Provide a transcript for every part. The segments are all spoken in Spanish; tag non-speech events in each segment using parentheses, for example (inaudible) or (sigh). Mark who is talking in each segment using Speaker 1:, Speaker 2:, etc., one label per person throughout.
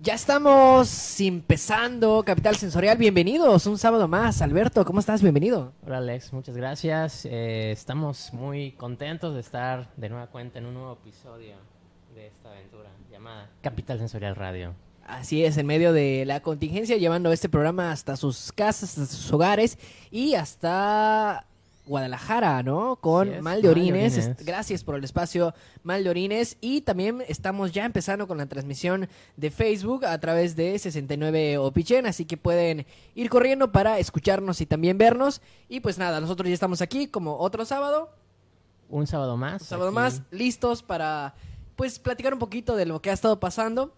Speaker 1: Ya estamos empezando Capital Sensorial. Bienvenidos un sábado más. Alberto, ¿cómo estás? Bienvenido.
Speaker 2: Hola Alex, muchas gracias. Eh, estamos muy contentos de estar de nueva cuenta en un nuevo episodio de esta aventura llamada Capital Sensorial Radio.
Speaker 1: Así es, en medio de la contingencia, llevando este programa hasta sus casas, hasta sus hogares y hasta Guadalajara, ¿no? Con
Speaker 2: Así es,
Speaker 1: Mal de
Speaker 2: Mal de
Speaker 1: Orines.
Speaker 2: Orines.
Speaker 1: Est- Gracias por el espacio, Mal de Orines. Y también estamos ya empezando con la transmisión de Facebook a través de 69 Opichen, así que pueden ir corriendo para escucharnos y también vernos. Y pues nada, nosotros ya estamos aquí como otro sábado,
Speaker 2: Un sábado más.
Speaker 1: un sábado
Speaker 2: aquí.
Speaker 1: más, listos para pues platicar un poquito de lo que ha estado pasando,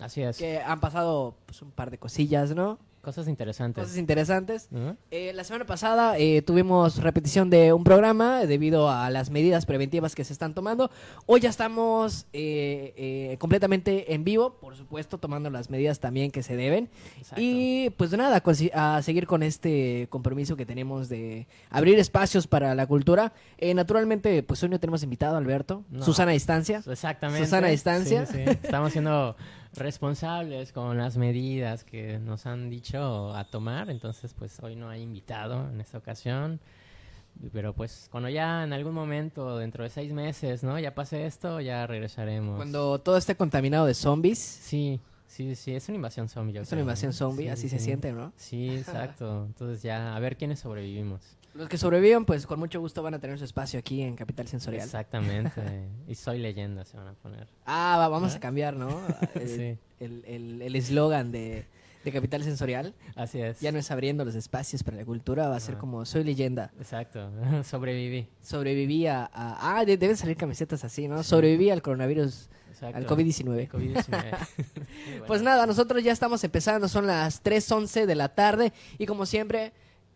Speaker 2: Así es.
Speaker 1: que han pasado pues un par de cosillas, ¿no?
Speaker 2: Cosas interesantes.
Speaker 1: Cosas interesantes.
Speaker 2: Ujú.
Speaker 1: Eh, la semana pasada eh, tuvimos repetición de un programa debido a las medidas preventivas que se están tomando. Hoy ya estamos eh, eh, completamente en vivo, por supuesto, tomando las medidas también que se deben.
Speaker 2: Exacto.
Speaker 1: Y pues nada, consi- a seguir con este compromiso que tenemos de abrir espacios para la cultura. Eh, naturalmente, pues hoy no tenemos invitado a Alberto,
Speaker 2: No.
Speaker 1: Susana a distancia.
Speaker 2: Exactamente.
Speaker 1: Susana a distancia.
Speaker 2: Sí, sí. Estamos siendo responsables con las medidas que nos han dicho a tomar. Entonces, pues hoy no hay invitado en esta ocasión. Pero pues cuando ya en algún momento, dentro de seis meses, ¿no? Ya pase esto, ya regresaremos.
Speaker 1: Cuando todo esté contaminado de zombies,
Speaker 2: Sí, sí, sí. Es una invasión zombie. yo
Speaker 1: es una
Speaker 2: creo, ¿no?
Speaker 1: invasión zombie,
Speaker 2: Sí,
Speaker 1: así
Speaker 2: sí,
Speaker 1: se
Speaker 2: sí.
Speaker 1: siente, ¿no? (laughs)
Speaker 2: Sí, exacto. Entonces ya, a ver quiénes sobrevivimos.
Speaker 1: Los que sobreviven, pues con mucho gusto van a tener su espacio aquí en Capital Sensorial.
Speaker 2: Exactamente.
Speaker 1: (laughs)
Speaker 2: y soy leyenda, se van a poner.
Speaker 1: Ah, va- vamos
Speaker 2: ¿Eh?
Speaker 1: a cambiar, ¿no?
Speaker 2: (laughs)
Speaker 1: El-
Speaker 2: Sí.
Speaker 1: el- El el eslogan de, de Capital Sensorial.
Speaker 2: Así es.
Speaker 1: Ya no es abriendo los espacios para la cultura, va a ser
Speaker 2: Ajá.
Speaker 1: como soy leyenda.
Speaker 2: Exacto. (laughs) Sobreviví.
Speaker 1: Sobreviví a... a- ah, de- deben salir camisetas así, ¿no? Sobreviví al coronavirus.
Speaker 2: Exacto.
Speaker 1: Al COVID-19. (laughs)
Speaker 2: Al COVID-19. Muy bueno.
Speaker 1: Pues nada, nosotros ya estamos empezando, son las 3.11 de la tarde y como siempre...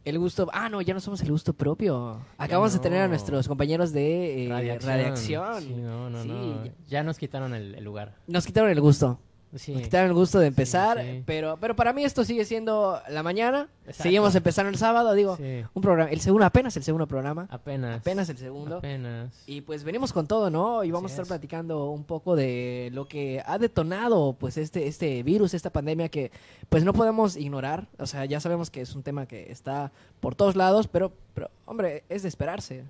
Speaker 1: El gusto, ah, no, ya no somos el gusto propio. Acabamos de tener a
Speaker 2: no.
Speaker 1: nuestros compañeros de eh,
Speaker 2: Radiación.
Speaker 1: radiación.
Speaker 2: Sí, no, no,
Speaker 1: Sí,
Speaker 2: no.
Speaker 1: ya-
Speaker 2: Ya nos quitaron el, el lugar.
Speaker 1: Nos quitaron el gusto.
Speaker 2: Sí.
Speaker 1: Nos quitaron el gusto de empezar,
Speaker 2: sí.
Speaker 1: pero pero para mí esto sigue siendo la mañana.
Speaker 2: Exacto.
Speaker 1: Seguimos empezando el sábado, digo,
Speaker 2: Sí.
Speaker 1: un programa, el segundo apenas el segundo programa,
Speaker 2: Apenas.
Speaker 1: apenas el segundo.
Speaker 2: Apenas.
Speaker 1: Y pues venimos con todo, ¿no? Y vamos
Speaker 2: Así
Speaker 1: a estar
Speaker 2: es.
Speaker 1: platicando un poco de lo que ha detonado pues este este virus, esta pandemia que pues no podemos ignorar, o sea, ya sabemos que es un tema que está por todos lados, pero pero hombre, es de esperarse.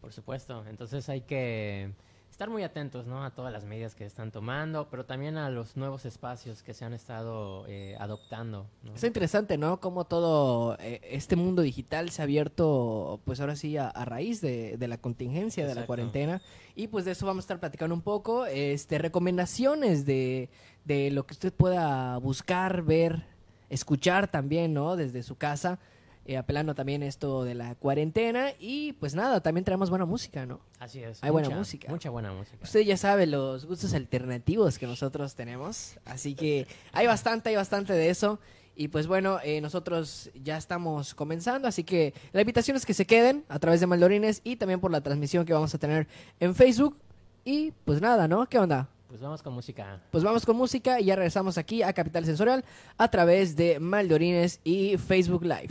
Speaker 2: Por supuesto. Entonces hay que estar muy atentos, ¿no? A todas las medidas que se están tomando, pero también a los nuevos espacios que se han estado eh, adoptando. ¿no?
Speaker 1: Es interesante, ¿no? Cómo todo eh, este mundo digital se ha abierto, pues ahora sí, a, a raíz de, de la contingencia, de la
Speaker 2: Exacto.
Speaker 1: cuarentena. Y pues de eso vamos a estar platicando un poco. Este, recomendaciones de, de lo que usted pueda buscar, ver, escuchar también, ¿no? Desde su casa, eh, apelando también a esto de la cuarentena. Y pues nada, también traemos buena música, ¿no?
Speaker 2: Así es.
Speaker 1: Hay buena música.
Speaker 2: Mucha buena música.
Speaker 1: Usted ya sabe los gustos alternativos que nosotros tenemos, así que hay bastante, hay bastante de eso. Y pues bueno, eh, nosotros ya estamos comenzando, así que la invitación es que se queden a través de Maldorines y también por la transmisión que vamos a tener en Facebook. Y pues nada, ¿no? ¿Qué onda?
Speaker 2: Pues vamos con música.
Speaker 1: Pues vamos con música y ya regresamos aquí a Capital Sensorial a través de Maldorines y Facebook Live.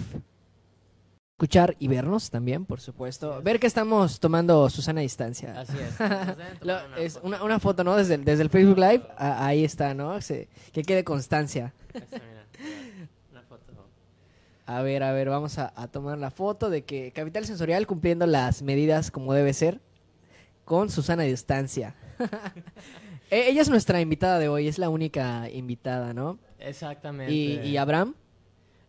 Speaker 1: Escuchar y vernos también, por supuesto. Ver que estamos tomando Susana a distancia.
Speaker 2: Así
Speaker 1: (laughs)
Speaker 2: es. Nos deben
Speaker 1: Ah. Lo-
Speaker 2: tomar una
Speaker 1: es
Speaker 2: foto.
Speaker 1: una, una foto, ¿no? Desde, el- desde el Facebook Live, a- ahí está, ¿no? Se- que quede constancia.
Speaker 2: Esta, mira, mira, Una foto.
Speaker 1: A ver, a ver, vamos a, a tomar la foto de que Capital Sensorial cumpliendo las medidas como debe ser, con Susana a distancia. (laughs) E- Ella es nuestra invitada de hoy, es la única invitada, ¿no?
Speaker 2: Exactamente.
Speaker 1: Y, y Abraham,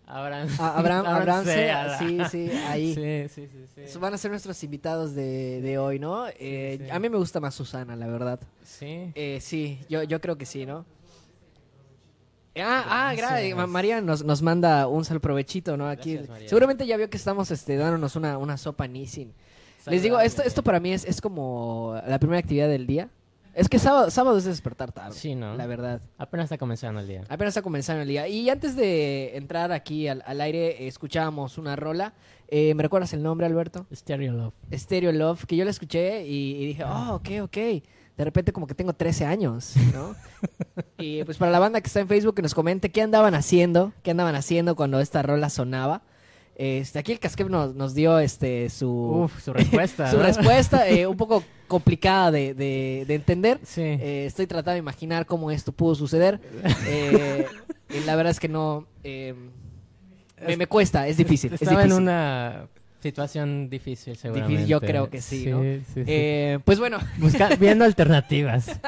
Speaker 2: Abraham.
Speaker 1: a-
Speaker 2: (laughs)
Speaker 1: Abraham, Abraham,
Speaker 2: se-
Speaker 1: se-
Speaker 2: a la-
Speaker 1: sí, sí, ahí.
Speaker 2: (laughs) Sí, sí, sí. sí.
Speaker 1: Van a ser nuestros invitados de, de hoy, ¿no? Eh,
Speaker 2: sí.
Speaker 1: A mí me gusta más Susana, la verdad.
Speaker 2: Sí.
Speaker 1: Eh, sí, yo, yo creo que sí, ¿no? Ah, ah,
Speaker 2: Gracias.
Speaker 1: gra- Ma- María nos, nos manda un sal provechito, ¿no? Aquí.
Speaker 2: Gracias, María.
Speaker 1: seguramente ya vio que estamos este, dándonos una, una sopa Nissin. Les digo, esto, esto para mí es, es como la primera actividad del día. Es que sábado, sábado es despertar tarde.
Speaker 2: Sí, ¿no?
Speaker 1: La verdad.
Speaker 2: Apenas está comenzando el día.
Speaker 1: Apenas está comenzando el día. Y antes de entrar aquí al, al aire, eh, escuchábamos una rola. Eh, ¿Me recuerdas el nombre, Alberto?
Speaker 2: Stereo Love.
Speaker 1: Stereo Love, que yo la escuché y, y dije,
Speaker 2: Ah.
Speaker 1: oh, ok, ok. De repente como que tengo 13 años,
Speaker 2: (laughs)
Speaker 1: ¿no? y pues para la banda que está en Facebook que nos comente qué andaban haciendo, qué andaban haciendo cuando esta rola sonaba. Este, aquí el Casquep nos, nos dio este su,
Speaker 2: Uf, su
Speaker 1: (laughs)
Speaker 2: respuesta.
Speaker 1: su
Speaker 2: ¿no?
Speaker 1: respuesta, eh, un poco complicada de, de- de entender.
Speaker 2: (laughs) Sí.
Speaker 1: Eh, estoy tratando de imaginar cómo esto pudo
Speaker 2: (laughs)
Speaker 1: suceder. Eh, y la verdad es que no. eh, me, me cuesta, es difícil. Es
Speaker 2: Estaba en
Speaker 1: difícil.
Speaker 2: una situación difícil, seguramente.
Speaker 1: Difícil, yo creo que sí, ¿no?
Speaker 2: sí, sí.
Speaker 1: Eh, pues bueno,
Speaker 2: Busca-
Speaker 1: (laughs)
Speaker 2: viendo alternativas.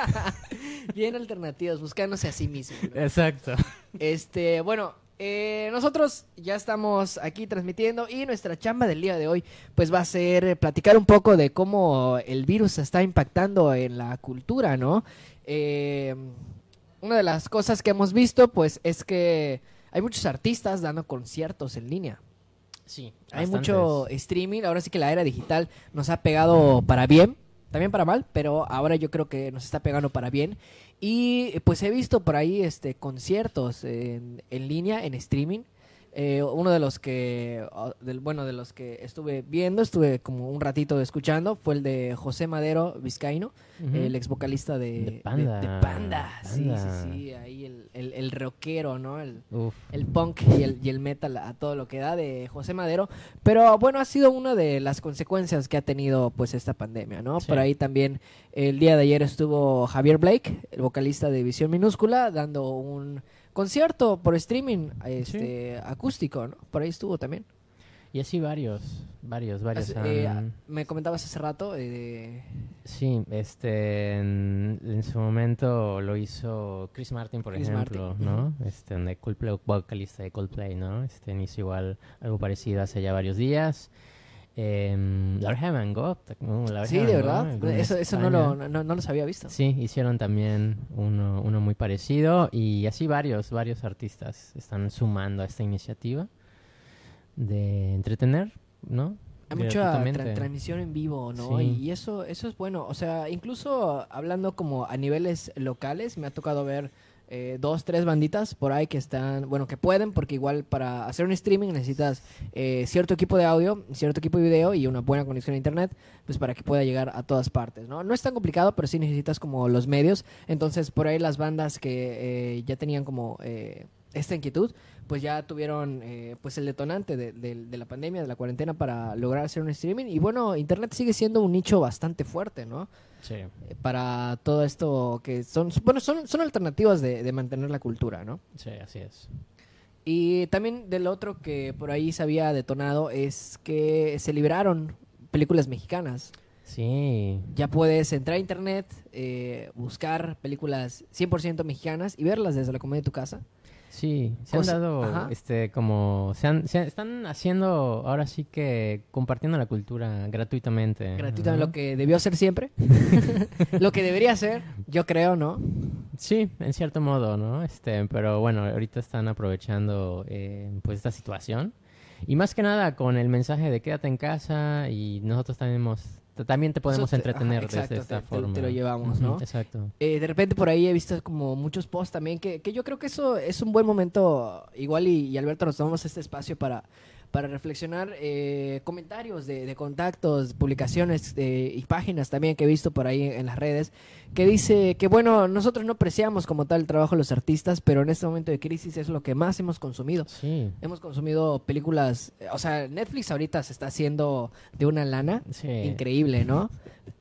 Speaker 1: bien alternativas, buscándose a sí mismo. ¿no?
Speaker 2: Exacto.
Speaker 1: Este, bueno, eh, nosotros ya estamos aquí transmitiendo y nuestra chamba del día de hoy pues va a ser eh, platicar un poco de cómo el virus está impactando en la cultura, ¿no? Eh, una de las cosas que hemos visto pues es que hay muchos artistas dando conciertos en línea.
Speaker 2: Sí.
Speaker 1: Hay mucho eh, streaming, ahora sí que la era digital nos ha pegado para bien, también para mal, pero ahora yo creo que nos está pegando para bien. Y eh, pues he visto por ahí este conciertos en, en línea, en streaming. Eh, uno de los que, o- del, bueno, de los que estuve viendo, estuve como un ratito escuchando, fue el de José Madero Vizcaíno, el ex vocalista de,
Speaker 2: De Panda.
Speaker 1: de- de Panda. Sí,
Speaker 2: Panda.
Speaker 1: sí, sí, ahí el, el, el rockero, ¿no? El,
Speaker 2: Uf.
Speaker 1: el punk y el, y el metal a todo lo que da de José Madero. Pero bueno, ha sido una de las consecuencias que ha tenido pues esta pandemia, ¿no?
Speaker 2: Sí.
Speaker 1: Por ahí también el día de ayer estuvo Javier Blake, el vocalista de Visión Minúscula, dando un concierto por streaming este, acústico, ¿no? Por ahí estuvo también.
Speaker 2: Y así varios, varios, varios.
Speaker 1: Hace- eh,
Speaker 2: han-
Speaker 1: me comentabas hace rato eh, de-
Speaker 2: Sí, este, en, en su momento lo hizo Chris Martin, por
Speaker 1: Chris
Speaker 2: ejemplo,
Speaker 1: Martin,
Speaker 2: ¿no? Este, de Coldplay, vocalista de Coldplay, ¿no? Este, hizo igual algo parecido hace ya varios días. Em, Lord Hammond Got, ¿no? Lord
Speaker 1: Sí, de
Speaker 2: Hammond
Speaker 1: verdad.
Speaker 2: Got, en
Speaker 1: Eso, eso no,
Speaker 2: España.
Speaker 1: lo, no, no los había visto.
Speaker 2: Sí, hicieron también uno, uno muy parecido y así varios, varios artistas están sumando a esta iniciativa de entretener, ¿no?
Speaker 1: Hay mucha tra-
Speaker 2: Gratuitamente.
Speaker 1: transmisión en vivo, ¿no?
Speaker 2: Sí.
Speaker 1: Y eso, eso es bueno. O sea, incluso hablando como a niveles locales, me ha tocado ver eh, dos, tres banditas por ahí que están, bueno, que pueden, porque igual para hacer un streaming necesitas eh, cierto equipo de audio, cierto equipo de video y una buena conexión a internet, pues para que pueda llegar a todas partes, ¿no? No es tan complicado, pero sí necesitas como los medios. Entonces, por ahí las bandas que eh, ya tenían como eh, esta inquietud, pues ya tuvieron eh, pues el detonante de, de- de la pandemia, de la cuarentena para lograr hacer un streaming. Y bueno, Internet sigue siendo un nicho bastante fuerte, ¿no?
Speaker 2: Sí.
Speaker 1: Eh, Para todo esto que son, bueno, son, son alternativas de, de mantener la cultura, ¿no?
Speaker 2: Sí, así es.
Speaker 1: Y también del otro que por ahí se había detonado es que se liberaron películas mexicanas.
Speaker 2: Sí,
Speaker 1: Ya puedes entrar a internet, eh, buscar películas 100% mexicanas y verlas desde la comodidad de tu casa.
Speaker 2: sí. Se
Speaker 1: Cosa-
Speaker 2: han dado,
Speaker 1: ajá.
Speaker 2: este, como, se, han- se están haciendo ahora sí que compartiendo la cultura gratuitamente.
Speaker 1: Gratuita,
Speaker 2: ¿no?
Speaker 1: lo que debió ser siempre. (laughs) lo que debería ser, yo creo, ¿no?
Speaker 2: Sí, en cierto modo, ¿no? Este, pero bueno, ahorita están aprovechando eh, pues esta situación. Y más que nada con el mensaje de quédate en casa y nosotros también, hemos- t- también te podemos
Speaker 1: te- ajá,
Speaker 2: entretener
Speaker 1: exacto,
Speaker 2: desde esta
Speaker 1: te- te-
Speaker 2: forma.
Speaker 1: te lo llevamos,
Speaker 2: Ujú,
Speaker 1: ¿no?
Speaker 2: Exacto.
Speaker 1: Eh, de repente por ahí he visto como muchos posts también, que, que yo creo que eso es un buen momento, igual y, y Alberto nos tomamos este espacio para, para reflexionar eh, comentarios de, de contactos, publicaciones eh, y páginas también que he visto por ahí en, las redes, que dice que bueno, nosotros no apreciamos como tal el trabajo de los artistas, pero en este momento de crisis es lo que más hemos consumido.
Speaker 2: Sí,
Speaker 1: Hemos consumido películas, eh, o sea, Netflix ahorita se está haciendo de una lana
Speaker 2: sí.
Speaker 1: increíble, ¿no?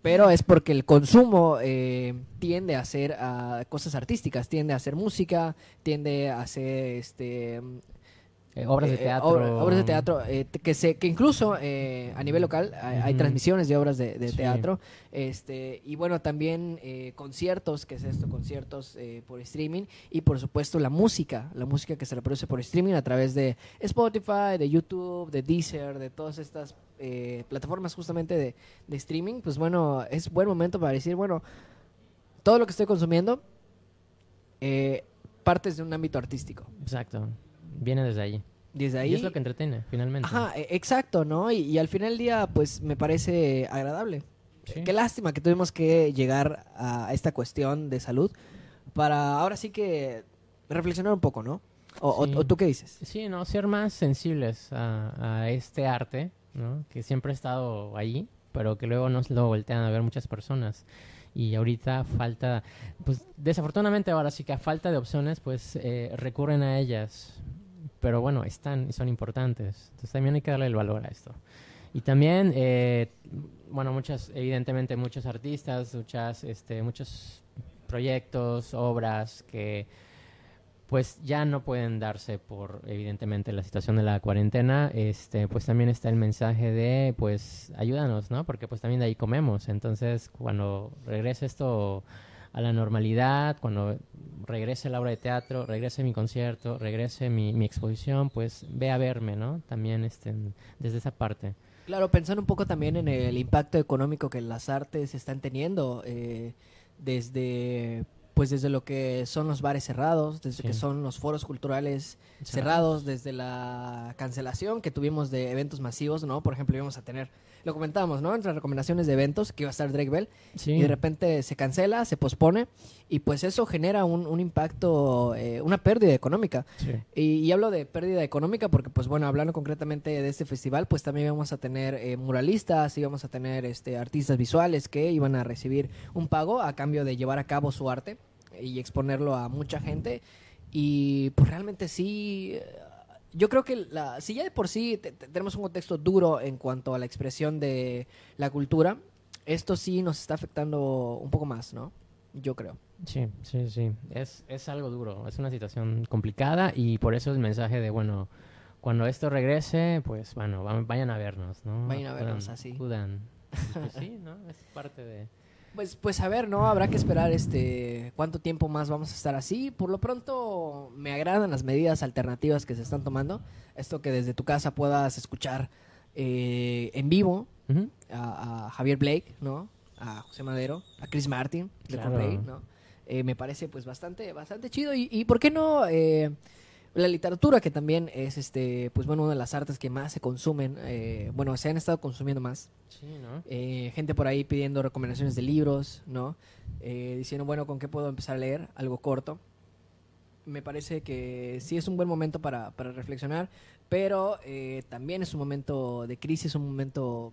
Speaker 1: Pero es porque el consumo eh, tiende a hacer ah, cosas artísticas, tiende a hacer música, tiende a hacer este mm,
Speaker 2: Eh, obras de
Speaker 1: eh, eh,
Speaker 2: teatro.
Speaker 1: obra- obras de teatro eh, t- que se que incluso eh, a nivel local hay, hay
Speaker 2: Ujú.
Speaker 1: transmisiones de obras de, de
Speaker 2: Sí.
Speaker 1: teatro, este y bueno también eh, conciertos, que es esto, conciertos eh, por streaming y por supuesto la música, la música que se reproduce por streaming a través de Spotify, de YouTube, de Deezer, de todas estas eh, plataformas justamente de, de streaming, pues bueno, es buen momento para decir, bueno, todo lo que estoy consumiendo eh, partes de un ámbito artístico.
Speaker 2: Exacto. Viene desde ahí.
Speaker 1: Desde ahí
Speaker 2: Y es lo que entretiene, finalmente.
Speaker 1: Ajá, e- exacto, ¿no? Y, y al final del día, pues me parece agradable.
Speaker 2: Sí.
Speaker 1: Qué lástima que tuvimos que llegar a esta cuestión de salud para ahora sí que reflexionar un poco, ¿no? O, o-
Speaker 2: Sí.
Speaker 1: o tú qué dices.
Speaker 2: Sí, no, ser más sensibles a, a este arte, ¿no? Que siempre ha estado ahí, pero que luego nos lo voltean a ver muchas personas. Y ahorita falta, pues desafortunadamente ahora sí que a falta de opciones, pues eh, recurren a ellas pero bueno, están y son importantes. Entonces también hay que darle el valor a esto. Y también, eh, bueno, muchas, evidentemente muchos artistas, muchas, este, muchos proyectos, obras que pues ya no pueden darse por evidentemente la situación de la cuarentena, este, pues también está el mensaje de pues ayúdanos, ¿no? Porque pues también de ahí comemos. Entonces, cuando regrese esto a la normalidad, cuando regrese la obra de teatro, regrese mi concierto, regrese mi, mi exposición, pues ve a verme, ¿no? También este, desde esa parte.
Speaker 1: Claro, pensando un poco también en el impacto económico que las artes están teniendo eh, desde pues desde lo que son los bares cerrados, desde
Speaker 2: Sí.
Speaker 1: que son los foros culturales
Speaker 2: Cerrados.
Speaker 1: cerrados, desde la cancelación que tuvimos de eventos masivos, ¿no? Por ejemplo, íbamos a tener, lo comentábamos, ¿no? Entre las recomendaciones de eventos que iba a estar Drake Bell,
Speaker 2: Sí.
Speaker 1: y de repente se cancela, se pospone, y pues eso genera un, un impacto, eh, una pérdida económica.
Speaker 2: Sí.
Speaker 1: Y, y hablo de pérdida económica porque, pues bueno, hablando concretamente de este festival, pues también vamos a tener eh, muralistas, íbamos a tener este, artistas visuales que iban a recibir un pago a cambio de llevar a cabo su arte y exponerlo a mucha gente. Y pues realmente sí, eh, yo creo que la, si ya de por sí te- te- tenemos un contexto duro en cuanto a la expresión de la cultura, esto sí nos está afectando un poco más, ¿no? Yo creo.
Speaker 2: Sí, sí, sí. Es, es algo duro, es una situación complicada y por eso el mensaje de, bueno, cuando esto regrese, pues bueno, va- vayan a vernos, ¿no?
Speaker 1: Vayan a vernos,
Speaker 2: Acudan-
Speaker 1: así. (laughs)
Speaker 2: acudan. Y pues sí, ¿no? Es parte de...
Speaker 1: Pues, pues a ver, ¿no? Habrá que esperar este cuánto tiempo más vamos a estar así. Por lo pronto me agradan las medidas alternativas que se están tomando. Esto que desde tu casa puedas escuchar eh, en vivo
Speaker 2: Ujú.
Speaker 1: a, a Javier Blake, ¿no? A José Madero, a Chris Martin, de
Speaker 2: Claro.
Speaker 1: Coldplay, ¿no? Eh, me parece pues bastante, bastante chido. Y, y ¿por qué no eh, la literatura, que también es este, pues bueno, una de las artes que más se consumen, eh, bueno, se han estado consumiendo más
Speaker 2: Sí, ¿no?
Speaker 1: eh, gente por ahí pidiendo recomendaciones de libros, ¿no? Eh, diciendo, bueno, ¿con qué puedo empezar a leer? Algo corto. Me parece que sí es un buen momento para, para reflexionar, pero eh, también es un momento de crisis, un momento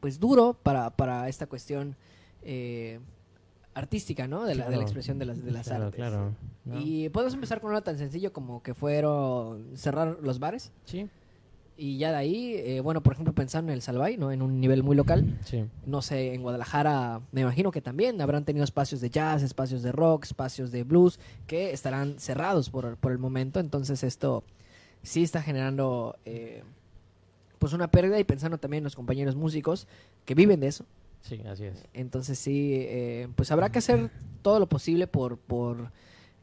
Speaker 1: pues duro para, para esta cuestión eh, artística, ¿no? De la, de la
Speaker 2: Claro.
Speaker 1: expresión de las, de las
Speaker 2: Claro,
Speaker 1: artes.
Speaker 2: Claro, ¿no?
Speaker 1: Y podemos empezar con algo tan sencillo como que fueron cerrar los bares
Speaker 2: Sí,
Speaker 1: y ya de ahí, eh, bueno, por ejemplo, pensar en el Salvay, ¿no? En un nivel muy local
Speaker 2: sí.
Speaker 1: no sé, en Guadalajara me imagino que también habrán tenido espacios de jazz, espacios de rock, espacios de blues que estarán cerrados por, por el momento. Entonces esto sí está generando eh, pues una pérdida y pensando también en los compañeros músicos que viven de eso.
Speaker 2: Sí, así es.
Speaker 1: Entonces sí, eh, pues habrá que hacer todo lo posible por... por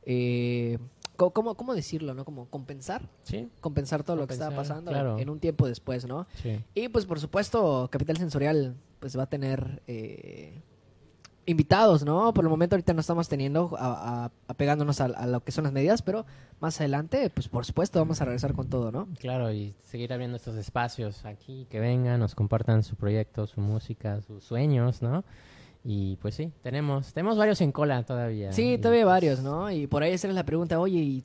Speaker 1: eh, co- ¿cómo, ¿Cómo decirlo? ¿no? Como compensar,
Speaker 2: Sí,
Speaker 1: compensar todo lo que está
Speaker 2: Compensar,
Speaker 1: pasando
Speaker 2: claro.
Speaker 1: en un tiempo después, ¿no?
Speaker 2: sí.
Speaker 1: Y pues por supuesto, Capital Sensorial pues va a tener eh, invitados, ¿no? Por el momento ahorita no estamos teniendo a, a- apegándonos a, a lo que son las medidas, pero más adelante pues por supuesto vamos a regresar con todo, ¿no?
Speaker 2: Claro, y seguir abriendo estos espacios aquí, que vengan, nos compartan su proyecto, su música, sus sueños, ¿no? Y pues sí, tenemos, tenemos varios en cola todavía.
Speaker 1: Sí,
Speaker 2: Y,
Speaker 1: todavía
Speaker 2: pues,
Speaker 1: varios, ¿no? Y por ahí hacerles la pregunta, oye, ¿y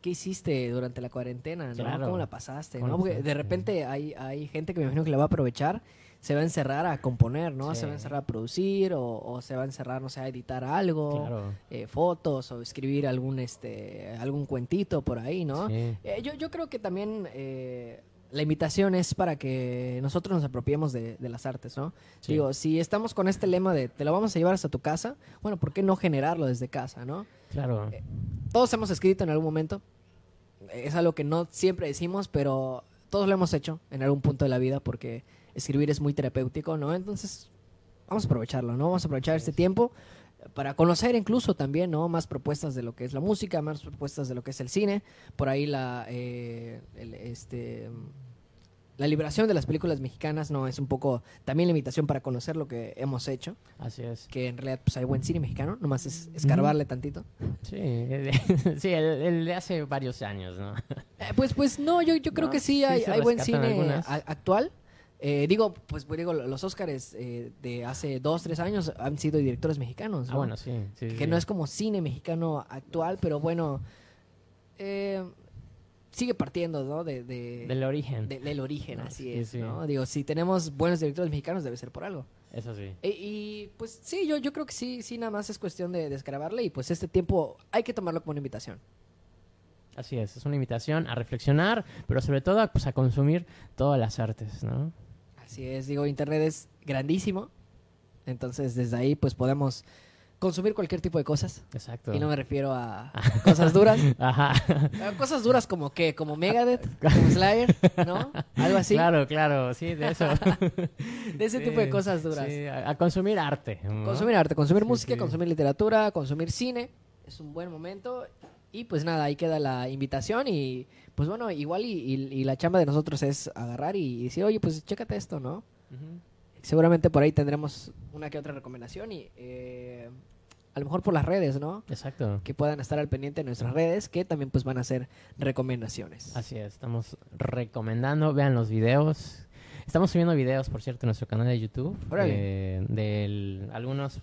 Speaker 1: qué hiciste durante la cuarentena? ¿no?
Speaker 2: Claro.
Speaker 1: ¿Cómo la pasaste?
Speaker 2: ¿Cómo
Speaker 1: ¿no?
Speaker 2: la
Speaker 1: Porque de
Speaker 2: pasaste?
Speaker 1: repente hay, hay gente que me imagino que la va a aprovechar, se va a encerrar a componer, ¿no?
Speaker 2: Sí.
Speaker 1: Se va a encerrar a producir o, o se va a encerrar, no sé, a editar algo.
Speaker 2: Claro.
Speaker 1: eh, fotos o escribir algún este algún cuentito por ahí, ¿no?
Speaker 2: Sí.
Speaker 1: Eh, yo, yo creo que también eh, la invitación es para que nosotros nos apropiemos de, de las artes, ¿no?
Speaker 2: Sí.
Speaker 1: Digo, si estamos con este lema de te lo vamos a llevar hasta tu casa, bueno, ¿por qué no generarlo desde casa, no?
Speaker 2: Claro,
Speaker 1: Eh, Todos hemos escrito en algún momento, es algo que no siempre decimos, pero todos lo hemos hecho en algún punto de la vida porque escribir es muy terapéutico, ¿no? Entonces, vamos a aprovecharlo, ¿no? Vamos a aprovechar este tiempo para conocer incluso también, ¿no? Más propuestas de lo que es la música, más propuestas de lo que es el cine, por ahí la, eh, el- este, la liberación de las películas mexicanas, ¿no? Es un poco también la invitación para conocer lo que hemos hecho,
Speaker 2: así es.
Speaker 1: que en realidad pues hay buen cine mexicano, nomás es escarbarle tantito.
Speaker 2: Sí, el- (laughs) sí el, el de hace varios años, ¿no?
Speaker 1: Eh, Pues, pues no, yo, yo creo
Speaker 2: No,
Speaker 1: que sí,
Speaker 2: sí
Speaker 1: hay,
Speaker 2: se
Speaker 1: hay buen cine
Speaker 2: rescatan algunas.
Speaker 1: a- actual. Eh, digo, pues, pues, digo, los Óscares eh, de hace dos, tres años han sido directores mexicanos.
Speaker 2: Ah,
Speaker 1: ¿no?
Speaker 2: bueno, sí. sí,
Speaker 1: que
Speaker 2: sí.
Speaker 1: no es como cine mexicano actual, pero bueno, eh, sigue partiendo, ¿no? De, de-
Speaker 2: Del origen.
Speaker 1: de- del origen,
Speaker 2: No,
Speaker 1: así
Speaker 2: sí,
Speaker 1: es,
Speaker 2: sí.
Speaker 1: ¿no? Digo, si tenemos buenos directores mexicanos debe ser por algo.
Speaker 2: Eso sí.
Speaker 1: E- Y, pues sí, yo, yo creo que sí, sí, nada más es cuestión de desgrabarle y pues este tiempo hay que tomarlo como una invitación.
Speaker 2: Así es, es una invitación a reflexionar, pero sobre todo pues, a consumir todas las artes, ¿no?
Speaker 1: Así es, digo, Internet es grandísimo. Entonces, desde ahí, pues podemos consumir cualquier tipo de cosas.
Speaker 2: Exacto.
Speaker 1: Y no me refiero
Speaker 2: (laughs)
Speaker 1: a cosas duras.
Speaker 2: Ajá.
Speaker 1: Eh, Cosas duras como qué, como Megadeth, como Slayer,
Speaker 2: (laughs)
Speaker 1: ¿no? Algo así.
Speaker 2: Claro, claro, sí, de
Speaker 1: (laughs)
Speaker 2: eso.
Speaker 1: De ese tipo de
Speaker 2: Sí,
Speaker 1: cosas duras.
Speaker 2: sí, a, a consumir arte. ¿no?
Speaker 1: Consumir arte, consumir
Speaker 2: Sí,
Speaker 1: música,
Speaker 2: sí.
Speaker 1: consumir literatura, consumir cine. Es un buen momento. Y pues nada, ahí queda la invitación. Y pues bueno, igual y, y- y la chamba de nosotros es agarrar y, y decir, oye, pues chécate esto, ¿no?
Speaker 2: Ujú.
Speaker 1: Seguramente por ahí tendremos una que otra recomendación y eh, a lo mejor por las redes, ¿no?
Speaker 2: Exacto.
Speaker 1: Que puedan estar al pendiente de nuestras redes, que también pues van a hacer recomendaciones.
Speaker 2: Así es, estamos recomendando, vean los videos. Estamos subiendo videos, por cierto, en nuestro canal de YouTube.
Speaker 1: Órale.
Speaker 2: eh, del- algunos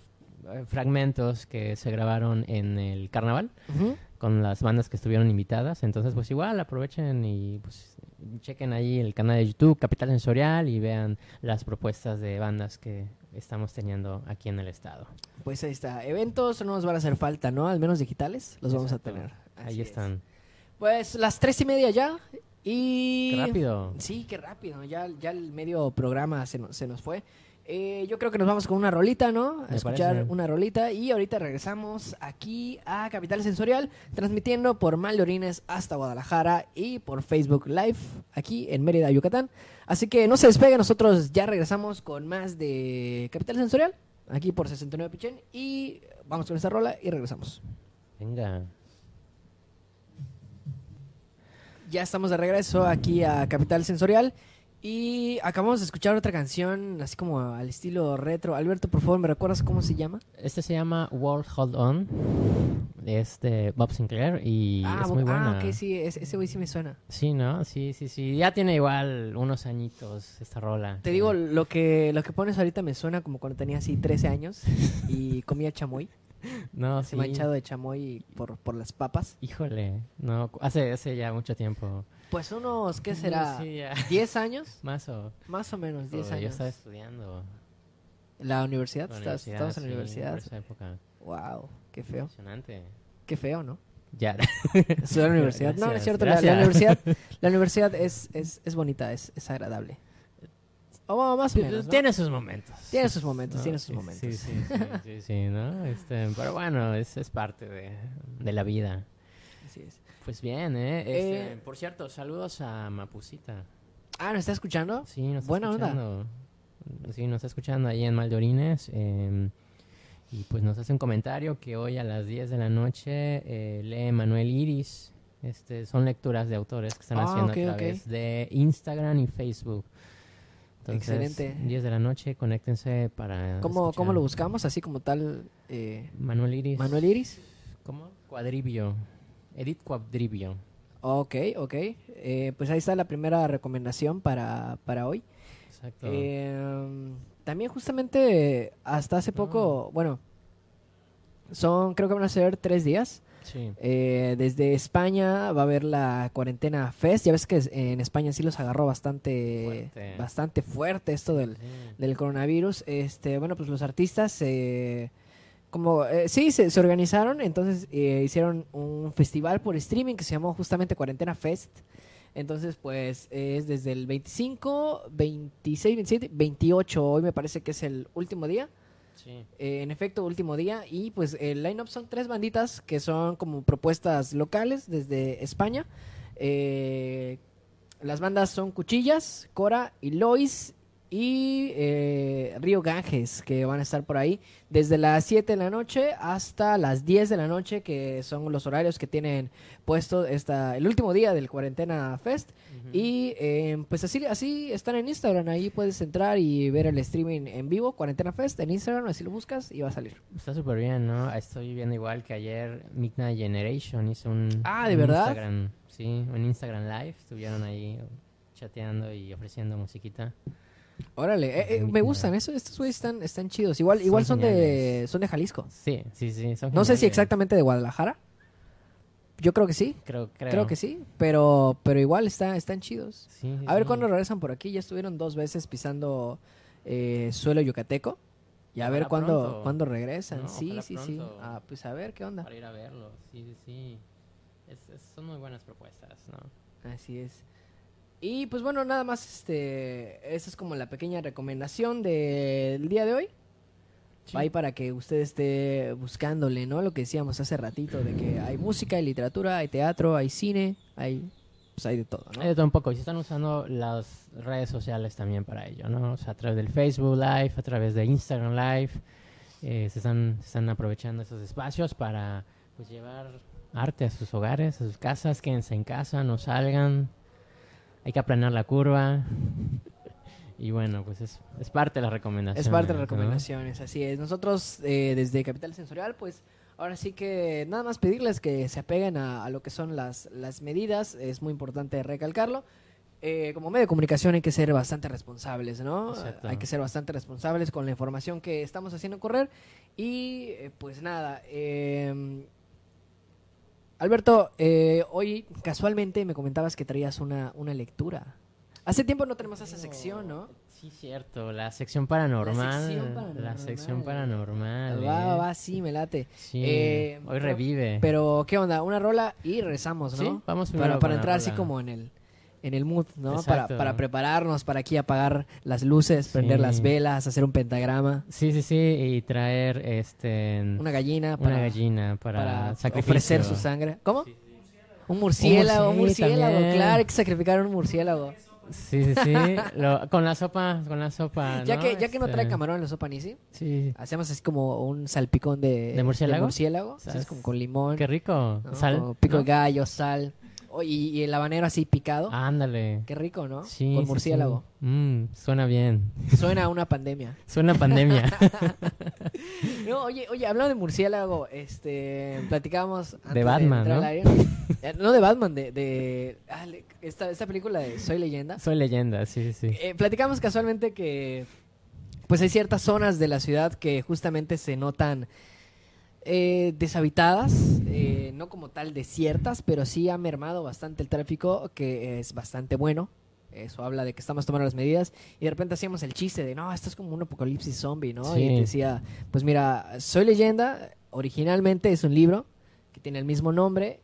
Speaker 2: eh, fragmentos que se grabaron en el carnaval
Speaker 1: Ujú.
Speaker 2: con las bandas que estuvieron invitadas. Entonces, pues igual aprovechen y pues, chequen ahí el canal de YouTube, Capital Sensorial, y vean las propuestas de bandas que estamos teniendo aquí en el estado.
Speaker 1: Pues ahí está. Eventos no nos van a hacer falta, ¿no? Al menos digitales los vamos a
Speaker 2: Exacto.
Speaker 1: tener.
Speaker 2: Ahí
Speaker 1: Así es.
Speaker 2: están.
Speaker 1: Pues las tres y media ya. Y.
Speaker 2: Qué rápido.
Speaker 1: Sí, qué rápido. Ya, ya el medio programa se, nos- se nos fue. Eh, yo creo que nos vamos con una rolita, ¿no? A
Speaker 2: Me
Speaker 1: escuchar
Speaker 2: parece.
Speaker 1: una rolita. Y ahorita regresamos aquí a Capital Sensorial, transmitiendo por Mallorines hasta Guadalajara y por Facebook Live aquí en Mérida, Yucatán. Así que no se despegue, nosotros ya regresamos con más de Capital Sensorial, aquí por 69 Pichén. Y vamos con esta rola y regresamos.
Speaker 2: Venga.
Speaker 1: Ya estamos de regreso aquí a Capital Sensorial y acabamos de escuchar otra canción así como al estilo retro. Alberto, por favor, ¿me recuerdas cómo se llama?
Speaker 2: Este se llama World Hold On. Es de Bob Sinclair y es
Speaker 1: bo-
Speaker 2: muy buena.
Speaker 1: ah, ok, sí, es- ese güey sí me suena.
Speaker 2: Sí, ¿no? Sí, sí, sí. Ya tiene igual unos añitos esta rola.
Speaker 1: Te digo, lo que, lo que pones ahorita me suena como cuando tenía así 13 años
Speaker 2: (laughs)
Speaker 1: y comía chamoy,
Speaker 2: no,
Speaker 1: se
Speaker 2: sí.
Speaker 1: manchado de chamoy por, por las papas.
Speaker 2: Híjole, no, cu- hace, hace ya mucho tiempo.
Speaker 1: Pues unos, ¿qué será?
Speaker 2: Sí, ya. (laughs)
Speaker 1: ¿10 años?
Speaker 2: Más o...
Speaker 1: Más o menos, 10
Speaker 2: o Yo
Speaker 1: años.
Speaker 2: estaba estudiando.
Speaker 1: ¿La universidad?
Speaker 2: en la
Speaker 1: ¿Estabas- ¿Estabas en la
Speaker 2: sí,
Speaker 1: universidad?
Speaker 2: por esa época.
Speaker 1: Wow, qué feo.
Speaker 2: Impresionante.
Speaker 1: Qué feo, ¿no? (laughs)
Speaker 2: Ya.
Speaker 1: Estudiar en la universidad. no, no es
Speaker 2: Gracias,
Speaker 1: cierto. La, la
Speaker 2: gracias.
Speaker 1: universidad,
Speaker 2: (laughs)
Speaker 1: la universidad es, es, es bonita, es, es agradable. O bueno, más o menos. ¿no?
Speaker 2: Tiene sus momentos.
Speaker 1: Tiene sus momentos,
Speaker 2: ¿no?
Speaker 1: tiene sus
Speaker 2: Sí,
Speaker 1: momentos.
Speaker 2: Sí, sí, sí, sí, sí, ¿no? Este, pero bueno, es, es parte de, de la vida.
Speaker 1: Así es.
Speaker 2: Pues bien, ¿eh? Este,
Speaker 1: Eh,
Speaker 2: por cierto, saludos a Mapucita.
Speaker 1: Ah, ¿nos está escuchando?
Speaker 2: Sí, nos está
Speaker 1: buena onda.
Speaker 2: escuchando. Sí, nos está escuchando ahí en Maldorines. eh, y pues nos hace un comentario que hoy a las 10 de la noche eh, lee Manuel Iris. Este, son lecturas de autores que están
Speaker 1: Ah,
Speaker 2: haciendo
Speaker 1: ok,
Speaker 2: a
Speaker 1: ok.
Speaker 2: través de Instagram y Facebook. Entonces,
Speaker 1: Excelente.
Speaker 2: 10 de la noche, conéctense para.
Speaker 1: ¿Cómo,
Speaker 2: escuchar.
Speaker 1: ¿Cómo lo buscamos? Así como tal, eh,
Speaker 2: Manuel Iris.
Speaker 1: Manuel Iris.
Speaker 2: ¿Cómo? Cuadribio. Edith Cuadribio.
Speaker 1: Ok, ok. Eh, pues ahí está la primera recomendación para, para hoy.
Speaker 2: Exacto.
Speaker 1: Eh, también justamente hasta
Speaker 2: Ah.
Speaker 1: hace poco, bueno, son creo que van a ser tres días.
Speaker 2: sí.
Speaker 1: Eh, desde España va a haber la cuarentena Fest. Ya ves que es- en España sí los agarró bastante
Speaker 2: Fuerte.
Speaker 1: bastante fuerte esto del,
Speaker 2: Sí.
Speaker 1: del coronavirus. Este, bueno, pues los artistas eh, como eh, sí se, se organizaron, entonces eh, hicieron un festival por streaming que se llamó justamente Cuarentena Fest. Entonces, pues es desde el 25, 26, 27, 28. Hoy me parece que es el último día.
Speaker 2: Sí.
Speaker 1: Eh, en efecto, último día. Y pues el line-up son tres banditas que son como propuestas locales desde España. Eh, las bandas son Cuchillas, Cora y Lois y eh, Río Ganges que van a estar por ahí desde las 7 de la noche hasta las 10 de la noche que son los horarios que tienen puesto esta, el último día del cuarentena fest
Speaker 2: Ujú.
Speaker 1: y eh, pues así, así están en Instagram, ahí puedes entrar y ver el streaming en vivo, Cuarentena Fest, en Instagram, así lo buscas y va a salir.
Speaker 2: Está súper bien, ¿no? Estoy viendo igual que ayer Midnight Generation hizo un,
Speaker 1: Ah, ¿de
Speaker 2: un
Speaker 1: verdad?
Speaker 2: Instagram, sí, un Instagram live, estuvieron ahí chateando y ofreciendo musiquita.
Speaker 1: Órale, eh, eh, me
Speaker 2: Mira.
Speaker 1: gustan, eso, estos güeyes están, están chidos, igual,
Speaker 2: Son
Speaker 1: igual son, de,
Speaker 2: geniales.
Speaker 1: son de Jalisco.
Speaker 2: Sí, sí, sí, son
Speaker 1: No sé si
Speaker 2: geniales.
Speaker 1: exactamente de Guadalajara, yo creo que sí,
Speaker 2: Creo, creo.
Speaker 1: creo que sí, pero, pero igual está, están chidos.
Speaker 2: Sí, sí,
Speaker 1: A ver
Speaker 2: sí.
Speaker 1: cuándo regresan por aquí, ya estuvieron dos veces pisando eh, suelo yucateco. Y a ver
Speaker 2: Ojalá
Speaker 1: cuándo,
Speaker 2: Ah, pronto.
Speaker 1: cuándo regresan.
Speaker 2: No,
Speaker 1: sí,
Speaker 2: ojalá
Speaker 1: sí, sí.
Speaker 2: pronto.
Speaker 1: Ah, pues a ver qué onda.
Speaker 2: Para ir a verlo, sí, sí, sí. es- es- son muy buenas propuestas, ¿no?
Speaker 1: Así es. Y pues bueno, nada más, este, esa es como la pequeña recomendación del día de hoy. Ahí para que usted esté buscándole, ¿no? Lo que decíamos hace ratito, de que hay música, hay literatura, hay teatro, hay cine, hay, pues hay de todo, ¿no?
Speaker 2: Hay de todo un poco. Y se están usando las redes sociales también para ello, ¿no? O sea, a través del Facebook Live, a través de Instagram Live. eh, se, están, se están aprovechando esos espacios para pues, llevar arte a sus hogares, a sus casas. Quédense en casa, no salgan. Hay que aplanar la curva. (laughs) Y bueno, pues es, es parte de las recomendaciones.
Speaker 1: Es parte de
Speaker 2: ¿no?
Speaker 1: las recomendaciones, así es. Nosotros eh, desde Capital Sensorial, pues ahora sí que nada más pedirles que se apeguen a, a lo que son las, las medidas, es muy importante recalcarlo. Eh, como medio de comunicación hay que ser bastante responsables, ¿no?
Speaker 2: Exacto.
Speaker 1: Hay que ser bastante responsables con la información que estamos haciendo correr. Y eh, pues nada, eh, Alberto, eh, hoy casualmente me comentabas que traías una, una lectura. Hace tiempo no tenemos esa sección, ¿no?
Speaker 2: Sí, cierto. La sección paranormal. La sección
Speaker 1: paranormal.
Speaker 2: paranormal. eh.
Speaker 1: Va, va, sí, me late.
Speaker 2: Sí,
Speaker 1: Eh,
Speaker 2: hoy
Speaker 1: pero-
Speaker 2: revive.
Speaker 1: Pero, ¿qué onda? Una rola y rezamos, ¿no?
Speaker 2: Sí, vamos primero
Speaker 1: para,
Speaker 2: con
Speaker 1: para
Speaker 2: la
Speaker 1: entrar así
Speaker 2: rola.
Speaker 1: como en el, en el mood, ¿no?
Speaker 2: Exacto.
Speaker 1: Para, para prepararnos, para aquí apagar las luces, prender
Speaker 2: Sí.
Speaker 1: las velas, hacer un pentagrama,
Speaker 2: Sí, sí, sí, y traer este en-
Speaker 1: una gallina
Speaker 2: una
Speaker 1: para,
Speaker 2: gallina para,
Speaker 1: para
Speaker 2: sacrificio.
Speaker 1: ofrecer su sangre. ¿Cómo? Un murciélago, un
Speaker 2: Un murci-
Speaker 1: murciélago,
Speaker 2: también.
Speaker 1: claro, hay que sacrificar un murciélago.
Speaker 2: Sí, sí,
Speaker 1: (laughs)
Speaker 2: sí. Lo- con la sopa, con la sopa.
Speaker 1: ya
Speaker 2: ¿no?
Speaker 1: que ya que no
Speaker 2: Este,
Speaker 1: trae camarón en la sopa ni sí,
Speaker 2: Sí,
Speaker 1: hacemos así como un salpicón de,
Speaker 2: ¿De murciélago?
Speaker 1: murciélago, así
Speaker 2: ¿Sabes?
Speaker 1: es como con limón,
Speaker 2: qué rico.
Speaker 1: ¿no?
Speaker 2: Sal.
Speaker 1: Como pico
Speaker 2: ¿no? Ah,
Speaker 1: de gallo, sal, Oh, y, y el habanero así picado.
Speaker 2: Ándale.
Speaker 1: Qué rico, ¿no?
Speaker 2: Sí,
Speaker 1: Con
Speaker 2: sí,
Speaker 1: murciélago.
Speaker 2: sí. Mm, suena bien. (laughs)
Speaker 1: Suena a una pandemia.
Speaker 2: Suena a
Speaker 1: (laughs)
Speaker 2: pandemia. (laughs)
Speaker 1: No, oye, oye, hablando de murciélago, este, platicábamos antes
Speaker 2: Batman,
Speaker 1: entrar al
Speaker 2: ¿no?
Speaker 1: aire. Eh, no de Batman, de, de- ah, le- esta, esta película de Soy Leyenda.
Speaker 2: Soy leyenda, sí, sí, sí.
Speaker 1: Eh, platicamos casualmente que pues hay ciertas zonas de la ciudad que justamente se notan eh, deshabitadas, eh, no como tal desiertas, pero sí ha mermado bastante el tráfico, que es bastante bueno. Eso habla de que estamos tomando las medidas y de repente hacíamos el chiste de, no, esto es como un apocalipsis zombie, ¿no?
Speaker 2: Sí.
Speaker 1: Y te decía, pues mira, Soy leyenda, originalmente es un libro que tiene el mismo nombre,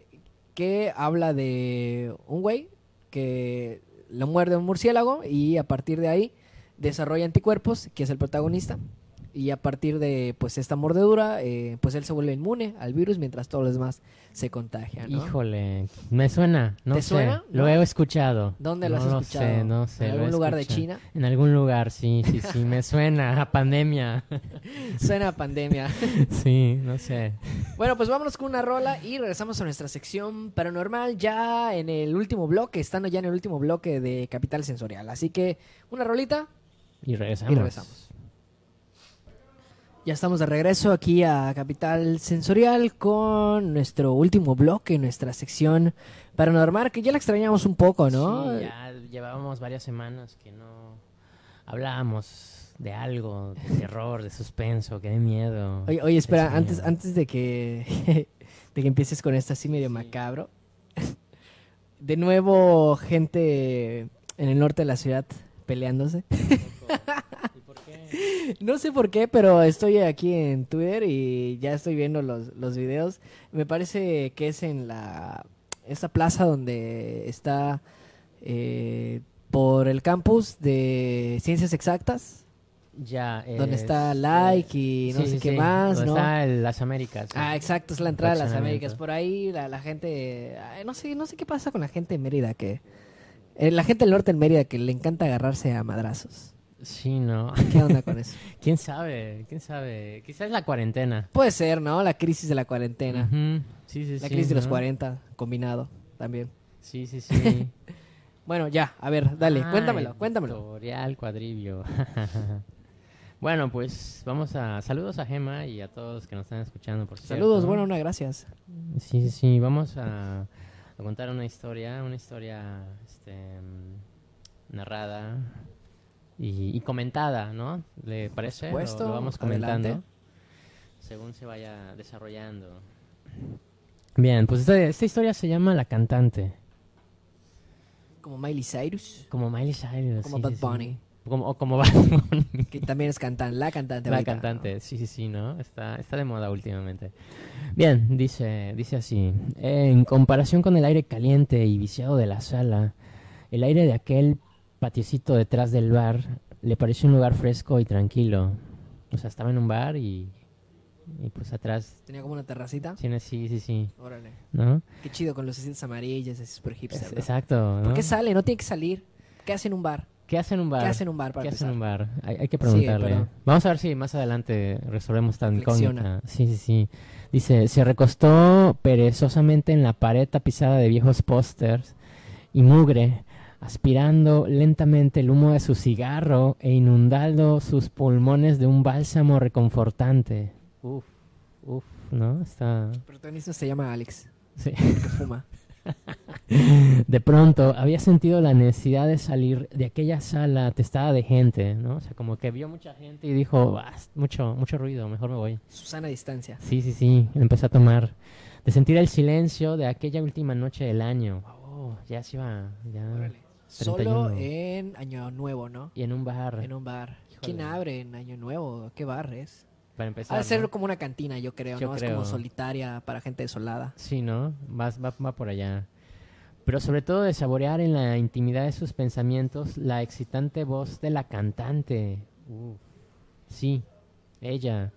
Speaker 1: que habla de un güey que lo muerde un murciélago y a partir de ahí desarrolla anticuerpos, que es el protagonista. Y a partir de pues esta mordedura, eh, pues él se vuelve inmune al virus mientras todos los demás se contagian. ¿no?
Speaker 2: Híjole, me suena, no
Speaker 1: ¿Te
Speaker 2: sé.
Speaker 1: suena?
Speaker 2: Lo
Speaker 1: No.
Speaker 2: he escuchado.
Speaker 1: ¿Dónde lo
Speaker 2: No
Speaker 1: has escuchado?
Speaker 2: sé, no sé.
Speaker 1: ¿En
Speaker 2: lo he
Speaker 1: algún lugar de
Speaker 2: escuchado.
Speaker 1: China?
Speaker 2: En algún lugar, sí, sí, sí, me suena a
Speaker 1: (laughs)
Speaker 2: pandemia.
Speaker 1: Suena a pandemia. (laughs)
Speaker 2: Sí, no sé.
Speaker 1: bueno, pues vámonos con una rola y regresamos a nuestra sección paranormal ya en el último bloque, estando ya en el último bloque de Capital Sensorial. Así que una rolita
Speaker 2: Y regresamos.
Speaker 1: Y regresamos. Ya estamos de regreso aquí a Capital Sensorial con nuestro último bloque, nuestra sección paranormal, que ya la extrañamos un poco, ¿no?
Speaker 2: Sí, ya llevábamos varias semanas que no hablábamos de algo,
Speaker 1: (laughs)
Speaker 2: de terror, de suspenso, que de miedo.
Speaker 1: Oye, oye, espera,
Speaker 2: Dios
Speaker 1: antes,
Speaker 2: mío.
Speaker 1: antes de que (laughs) de que empieces con esto así medio macabro. (laughs) De nuevo, gente en el norte de la ciudad peleándose.
Speaker 2: ¿Y por qué?
Speaker 1: (laughs) No sé por qué, pero estoy aquí en Twitter y ya estoy viendo los, los videos. Me parece que es en la esta plaza donde está eh, por el campus de Ciencias Exactas,
Speaker 2: Ya. eh,
Speaker 1: donde está
Speaker 2: este,
Speaker 1: Like y no
Speaker 2: sí,
Speaker 1: sé
Speaker 2: sí,
Speaker 1: qué
Speaker 2: sí,
Speaker 1: más,
Speaker 2: donde
Speaker 1: ¿no?
Speaker 2: está el- las Américas.
Speaker 1: Ah,
Speaker 2: eh.
Speaker 1: exacto, es la entrada de las
Speaker 2: Fraccionamiento.
Speaker 1: Américas. Por ahí la, la gente, ay, no sé, no sé qué pasa con la gente en Mérida que eh, la gente del norte en Mérida que le encanta agarrarse a madrazos.
Speaker 2: Sí, no. (laughs)
Speaker 1: ¿Qué onda con eso?
Speaker 2: ¿Quién sabe? ¿Quién sabe? Quizás la cuarentena.
Speaker 1: Puede ser, ¿no? La crisis de la cuarentena.
Speaker 2: Ujú. Sí, sí,
Speaker 1: La
Speaker 2: sí,
Speaker 1: crisis de los
Speaker 2: ¿no?
Speaker 1: 40, combinado también.
Speaker 2: Sí, sí, sí.
Speaker 1: Bueno, ya, a ver, dale,
Speaker 2: Ah,
Speaker 1: cuéntamelo,
Speaker 2: el
Speaker 1: cuéntamelo.
Speaker 2: Tutorial cuadrivio. (laughs) bueno, pues vamos a saludos a Gema y a todos que nos están escuchando por cierto.
Speaker 1: Saludos, bueno, una gracias.
Speaker 2: Sí, sí, sí, vamos a, a contar una historia, una historia este, mm, narrada y, y comentada, ¿no? ¿Le parece? Lo-
Speaker 1: supuesto,
Speaker 2: lo, vamos comentando
Speaker 1: adelante.
Speaker 2: según se vaya desarrollando. Bien, pues esta, esta historia se llama La cantante,
Speaker 1: Como Miley Cyrus,
Speaker 2: como Miley Cyrus.
Speaker 1: como
Speaker 2: sí,
Speaker 1: Bad
Speaker 2: Ah, sí, sí.
Speaker 1: Bunny.
Speaker 2: como, o como (laughs) Batman.
Speaker 1: Que también es cantante, la cantante.
Speaker 2: La
Speaker 1: americana,
Speaker 2: cantante, sí, sí, sí, ¿no? Está, está de moda últimamente. Bien, dice, dice así. En comparación con el aire caliente y viciado de la sala, el aire de aquel patiecito detrás del bar le pareció un lugar fresco y tranquilo. O sea, estaba en un bar y, y pues atrás
Speaker 1: ¿no? Tenía como una terracita.
Speaker 2: tiene, sí, sí, sí,
Speaker 1: Órale.
Speaker 2: ¿no?
Speaker 1: Qué chido con lucecitas amarillas, es super hipster.
Speaker 2: Es-
Speaker 1: Pues, ¿no?
Speaker 2: exacto, ¿no?
Speaker 1: ¿Por qué sale? No tiene que salir. ¿Qué hace en un bar?
Speaker 2: ¿Qué hace en un bar?
Speaker 1: ¿Qué hace en un bar para
Speaker 2: ¿Qué hace en
Speaker 1: empezar?
Speaker 2: un bar? Hay, hay que
Speaker 1: pero-
Speaker 2: preguntarle. Vamos a ver si más adelante resolvemos esta
Speaker 1: Reflexiona.
Speaker 2: incógnita. Sí, sí, sí. Dice, se recostó perezosamente en la pared tapizada de viejos pósters y mugre, aspirando lentamente el humo de su cigarro e inundando sus pulmones de un bálsamo reconfortante. Uf, uf, ¿no? Está...
Speaker 1: El protagonista se llama Alex,
Speaker 2: Sí.
Speaker 1: que fuma.
Speaker 2: De pronto había sentido la necesidad de salir de aquella sala atestada de gente, ¿no? O sea, como que vio mucha gente y dijo, "Bah, es mucho, mucho ruido, mejor me voy.
Speaker 1: Susana a distancia.
Speaker 2: Sí, sí, sí, empezó a tomar. De sentir el silencio de aquella última noche del año. Oh, ya se iba, ya.
Speaker 1: Órale. Solo
Speaker 2: 31.
Speaker 1: en Año Nuevo, ¿no?
Speaker 2: Y en un bar,
Speaker 1: En un bar. ¿Quién
Speaker 2: Híjole.
Speaker 1: abre en Año Nuevo? ¿Qué bar es? Ha
Speaker 2: para empezar.
Speaker 1: de
Speaker 2: ¿no?
Speaker 1: ser como una cantina, yo creo,
Speaker 2: Yo
Speaker 1: ¿no? Es
Speaker 2: creo.
Speaker 1: como solitaria para gente desolada.
Speaker 2: Sí, ¿no? Va, va, va por allá. Pero sobre todo de saborear en la intimidad de sus pensamientos la excitante voz de la cantante. Uf. Sí, ella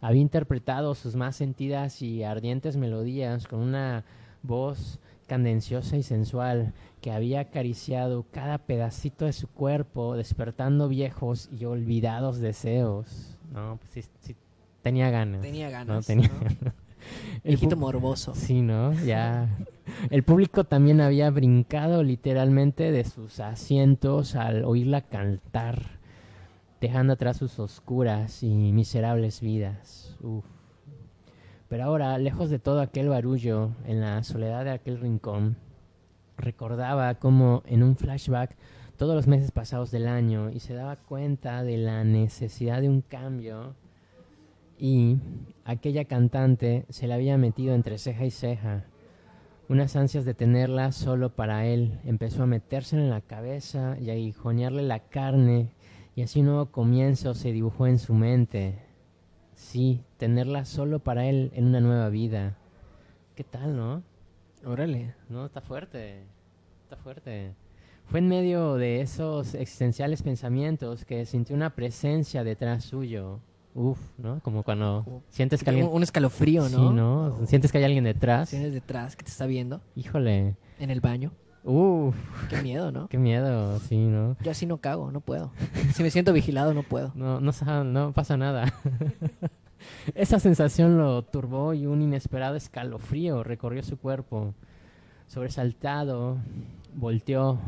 Speaker 2: había interpretado sus más sentidas y ardientes melodías con una voz candenciosa y sensual que había acariciado cada pedacito de su cuerpo, despertando viejos y olvidados deseos. No, pues sí, sí, tenía ganas.
Speaker 1: Tenía
Speaker 2: ¿no?
Speaker 1: ganas. No,
Speaker 2: Tenía (laughs) El
Speaker 1: Viejito
Speaker 2: pu-
Speaker 1: morboso.
Speaker 2: Sí, ¿no? Ya. (laughs) El público también había brincado literalmente de sus asientos al oírla cantar, dejando atrás sus oscuras y miserables vidas. Uf. Pero ahora, lejos de todo aquel barullo, en la soledad de aquel rincón, recordaba como en un flashback todos los meses pasados del año y se daba cuenta de la necesidad de un cambio y aquella cantante se le había metido entre ceja y ceja. Unas ansias de tenerla solo para él empezó a metérsela en la cabeza y a aguijonearle la carne y así un nuevo comienzo se dibujó en su mente. Sí, tenerla solo para él en una nueva vida. ¿Qué tal, no?
Speaker 1: Órale.
Speaker 2: No, está fuerte. Está fuerte. Fue en medio de esos existenciales pensamientos que sintió una presencia detrás suyo. Uf, ¿no? Como cuando
Speaker 1: Como-
Speaker 2: sientes que
Speaker 1: Un,
Speaker 2: alguien...
Speaker 1: un escalofrío, ¿no? Oh.
Speaker 2: Sí, ¿no? Sientes que hay alguien detrás.
Speaker 1: Tienes detrás que te está viendo
Speaker 2: Híjole.
Speaker 1: en el baño.
Speaker 2: Uf,
Speaker 1: Qué miedo,
Speaker 2: (laughs)
Speaker 1: ¿no?
Speaker 2: qué miedo. Sí, ¿no?
Speaker 1: Yo así no cago, no puedo. Si me siento vigilado, no puedo.
Speaker 2: No, no, sa- no pasa nada. (laughs) Esa sensación lo turbó y un inesperado escalofrío recorrió su cuerpo. Sobresaltado, volteó,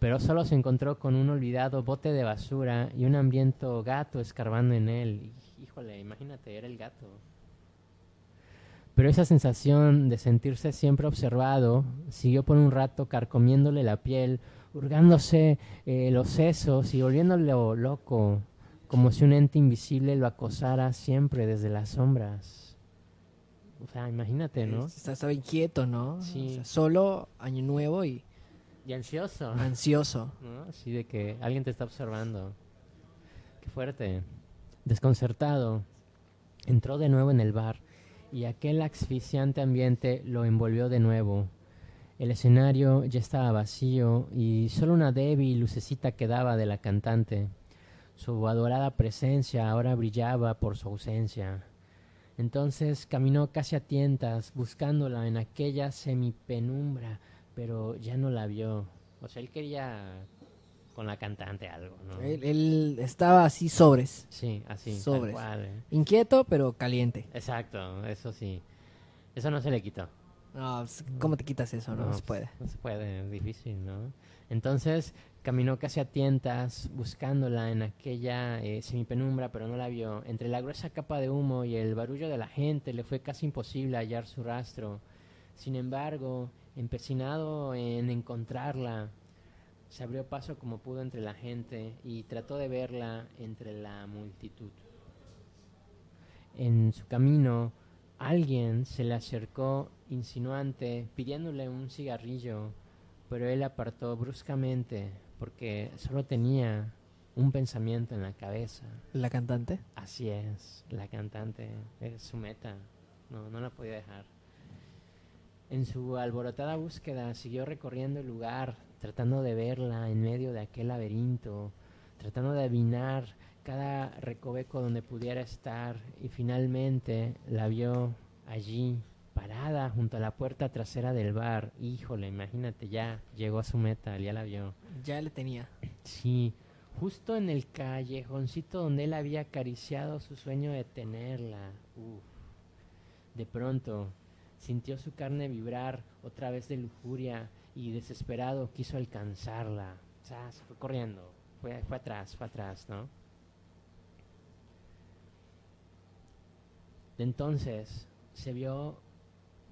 Speaker 2: pero solo se encontró con un olvidado bote de basura y un hambriento gato escarbando en él. Hí- Híjole, imagínate, era el gato. Pero esa sensación de sentirse siempre observado siguió por un rato carcomiéndole la piel, hurgándose eh, los sesos y volviéndolo loco, como si un ente invisible lo acosara siempre desde las sombras. O sea, imagínate, ¿no?
Speaker 1: Este, Está- Estaba inquieto, ¿no?
Speaker 2: Sí.
Speaker 1: O sea, solo año nuevo y
Speaker 2: Y ansioso.
Speaker 1: ansioso.
Speaker 2: ¿no? Así de que alguien te está observando. Qué fuerte. Desconcertado, entró de nuevo en el bar y aquel asfixiante ambiente lo envolvió de nuevo. El escenario ya estaba vacío y solo una débil lucecita quedaba de la cantante. Su adorada presencia ahora brillaba por su ausencia. Entonces caminó casi a tientas, buscándola en aquella semipenumbra, pero ya no la vio. O sea, él quería con la cantante algo, ¿no?
Speaker 1: Él, él estaba así sobres.
Speaker 2: Sí, así, tal
Speaker 1: Sobres.
Speaker 2: cual, ¿eh?
Speaker 1: Inquieto, pero caliente.
Speaker 2: Exacto, eso sí. Eso no se le quitó.
Speaker 1: No, pues, ¿cómo te quitas eso? No, se
Speaker 2: pues,
Speaker 1: puede.
Speaker 2: No se puede, es difícil, ¿no? Entonces caminó casi a tientas buscándola en aquella eh, semipenumbra, pero no la vio. Entre la gruesa capa de humo y el barullo de la gente le fue casi imposible hallar su rastro. Sin embargo, empecinado en encontrarla, se abrió paso como pudo entre la gente y trató de verla entre la multitud. En su camino, alguien se le acercó insinuante, pidiéndole un cigarrillo, pero él apartó bruscamente porque solo tenía un pensamiento en la cabeza.
Speaker 1: La cantante.
Speaker 2: Así es, la cantante es su meta. No, no la podía dejar. En su alborotada búsqueda siguió recorriendo el lugar, tratando de verla en medio de aquel laberinto, tratando de adivinar cada recoveco donde pudiera estar y finalmente la vio allí, parada junto a la puerta trasera del bar. Híjole, imagínate, ya llegó a su meta, ya la vio.
Speaker 1: Ya le tenía.
Speaker 2: Sí, justo en el callejoncito donde él había acariciado su sueño de tenerla. Uf. De pronto, sintió su carne vibrar otra vez de lujuria y desesperado quiso alcanzarla. Se fue corriendo, fue, fue atrás, fue atrás, ¿no? Entonces se vio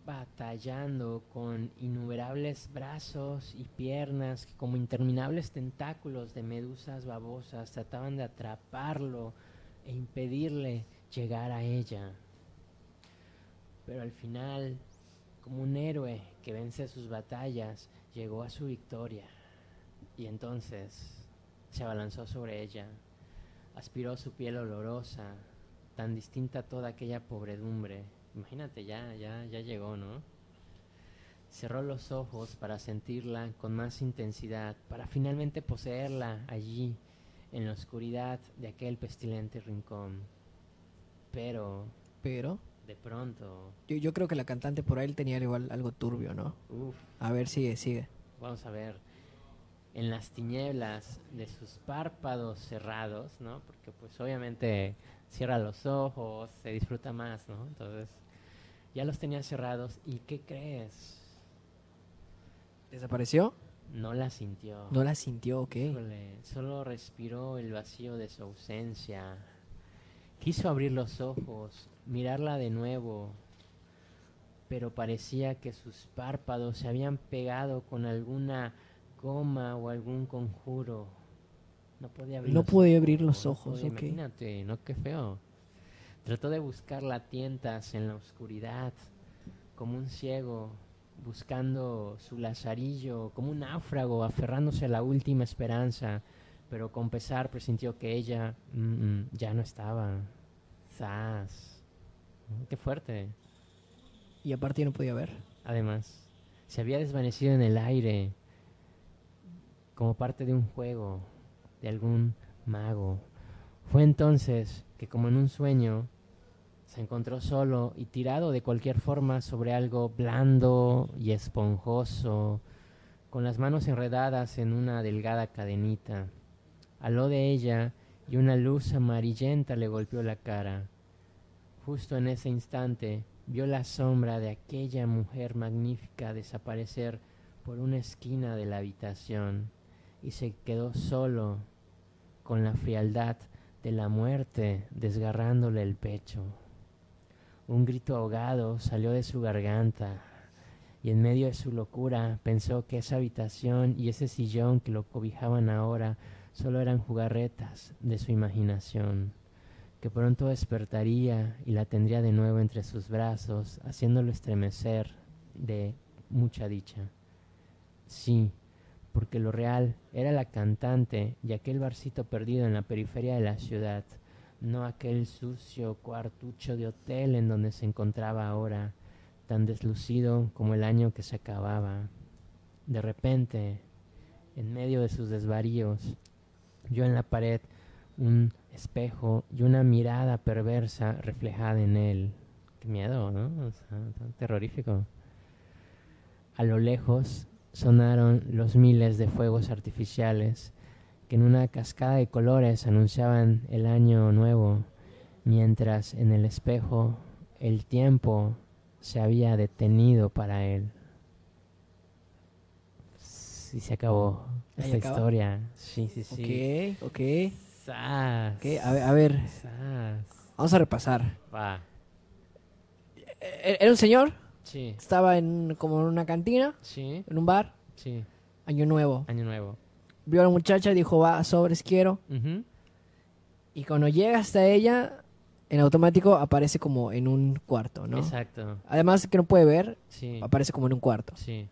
Speaker 2: batallando con innumerables brazos y piernas que como interminables tentáculos de medusas babosas trataban de atraparlo e impedirle llegar a ella. Pero al final, como un héroe que vence sus batallas, llegó a su victoria y entonces se abalanzó sobre ella, aspiró su piel olorosa, tan distinta a toda aquella pobredumbre Imagínate, ya, ya, ya llegó, ¿no? Cerró los ojos para sentirla con más intensidad, para finalmente poseerla allí, en la oscuridad de aquel pestilente rincón. Pero,
Speaker 1: Pero
Speaker 2: de pronto,
Speaker 1: yo, yo creo que la cantante por ahí tenía igual algo turbio, ¿no?
Speaker 2: uff,
Speaker 1: A ver, sigue, sigue.
Speaker 2: vamos a ver, en las tinieblas de sus párpados cerrados, ¿no? Porque pues obviamente cierra los ojos, se disfruta más, ¿no? Entonces, ya los tenía cerrados y ¿qué crees?
Speaker 1: ¿Desapareció?
Speaker 2: No la sintió.
Speaker 1: No la sintió, ok.
Speaker 2: Híjole, solo respiró el vacío de su ausencia. Quiso abrir los ojos, mirarla de nuevo, pero parecía que sus párpados se habían pegado con alguna goma o algún conjuro. No podía abrir
Speaker 1: No
Speaker 2: los
Speaker 1: podía abrir los
Speaker 2: no
Speaker 1: ojos,
Speaker 2: podía,
Speaker 1: ok.
Speaker 2: Imagínate, no, qué feo. Trató de buscarla a tientas en la oscuridad, como un ciego, buscando su lazarillo, como un náufrago, aferrándose a la última esperanza, pero con pesar presintió que ella mm, mm, ya no estaba. ¡Zas! ¡Qué fuerte!
Speaker 1: Y aparte ya no podía ver.
Speaker 2: Además, se había desvanecido en el aire como parte de un juego de algún mago. Fue entonces que, como en un sueño, se encontró solo y tirado de cualquier forma sobre algo blando y esponjoso, con las manos enredadas en una delgada cadenita. Aló de ella y una luz amarillenta le golpeó la cara. Justo en ese instante vio la sombra de aquella mujer magnífica desaparecer por una esquina de la habitación y se quedó solo con la frialdad de la muerte desgarrándole el pecho. Un grito ahogado salió de su garganta y en medio de su locura pensó que esa habitación y ese sillón que lo cobijaban ahora solo eran jugarretas de su imaginación que pronto despertaría y la tendría de nuevo entre sus brazos, haciéndolo estremecer de mucha dicha. Sí, porque lo real era la cantante y aquel barcito perdido en la periferia de la ciudad, no aquel sucio cuartucho de hotel en donde se encontraba ahora, tan deslucido como el año que se acababa. De repente, en medio de sus desvaríos, yo en la pared un espejo y una mirada perversa reflejada en él. Qué miedo, ¿no? O sea, tan terrorífico. A lo lejos sonaron los miles de fuegos artificiales que en una cascada de colores anunciaban el año nuevo, mientras en el espejo el tiempo se había detenido para él. Y se acabó
Speaker 1: Ahí
Speaker 2: esta
Speaker 1: acaba.
Speaker 2: historia. Sí, sí, sí.
Speaker 1: Ok, ok.
Speaker 2: Sas.
Speaker 1: Ok, a ver, a ver,
Speaker 2: Sas.
Speaker 1: vamos a repasar.
Speaker 2: Va.
Speaker 1: E- Era un señor,
Speaker 2: Sí.
Speaker 1: estaba en como en una cantina,
Speaker 2: Sí.
Speaker 1: en un bar,
Speaker 2: Sí.
Speaker 1: año nuevo.
Speaker 2: Año nuevo.
Speaker 1: Vio a la muchacha y dijo, va, sobres quiero.
Speaker 2: Ujú.
Speaker 1: Y cuando llega hasta ella, en automático aparece como en un cuarto, ¿no?
Speaker 2: Exacto.
Speaker 1: Además que no puede ver,
Speaker 2: Sí.
Speaker 1: aparece como en un cuarto.
Speaker 2: Sí.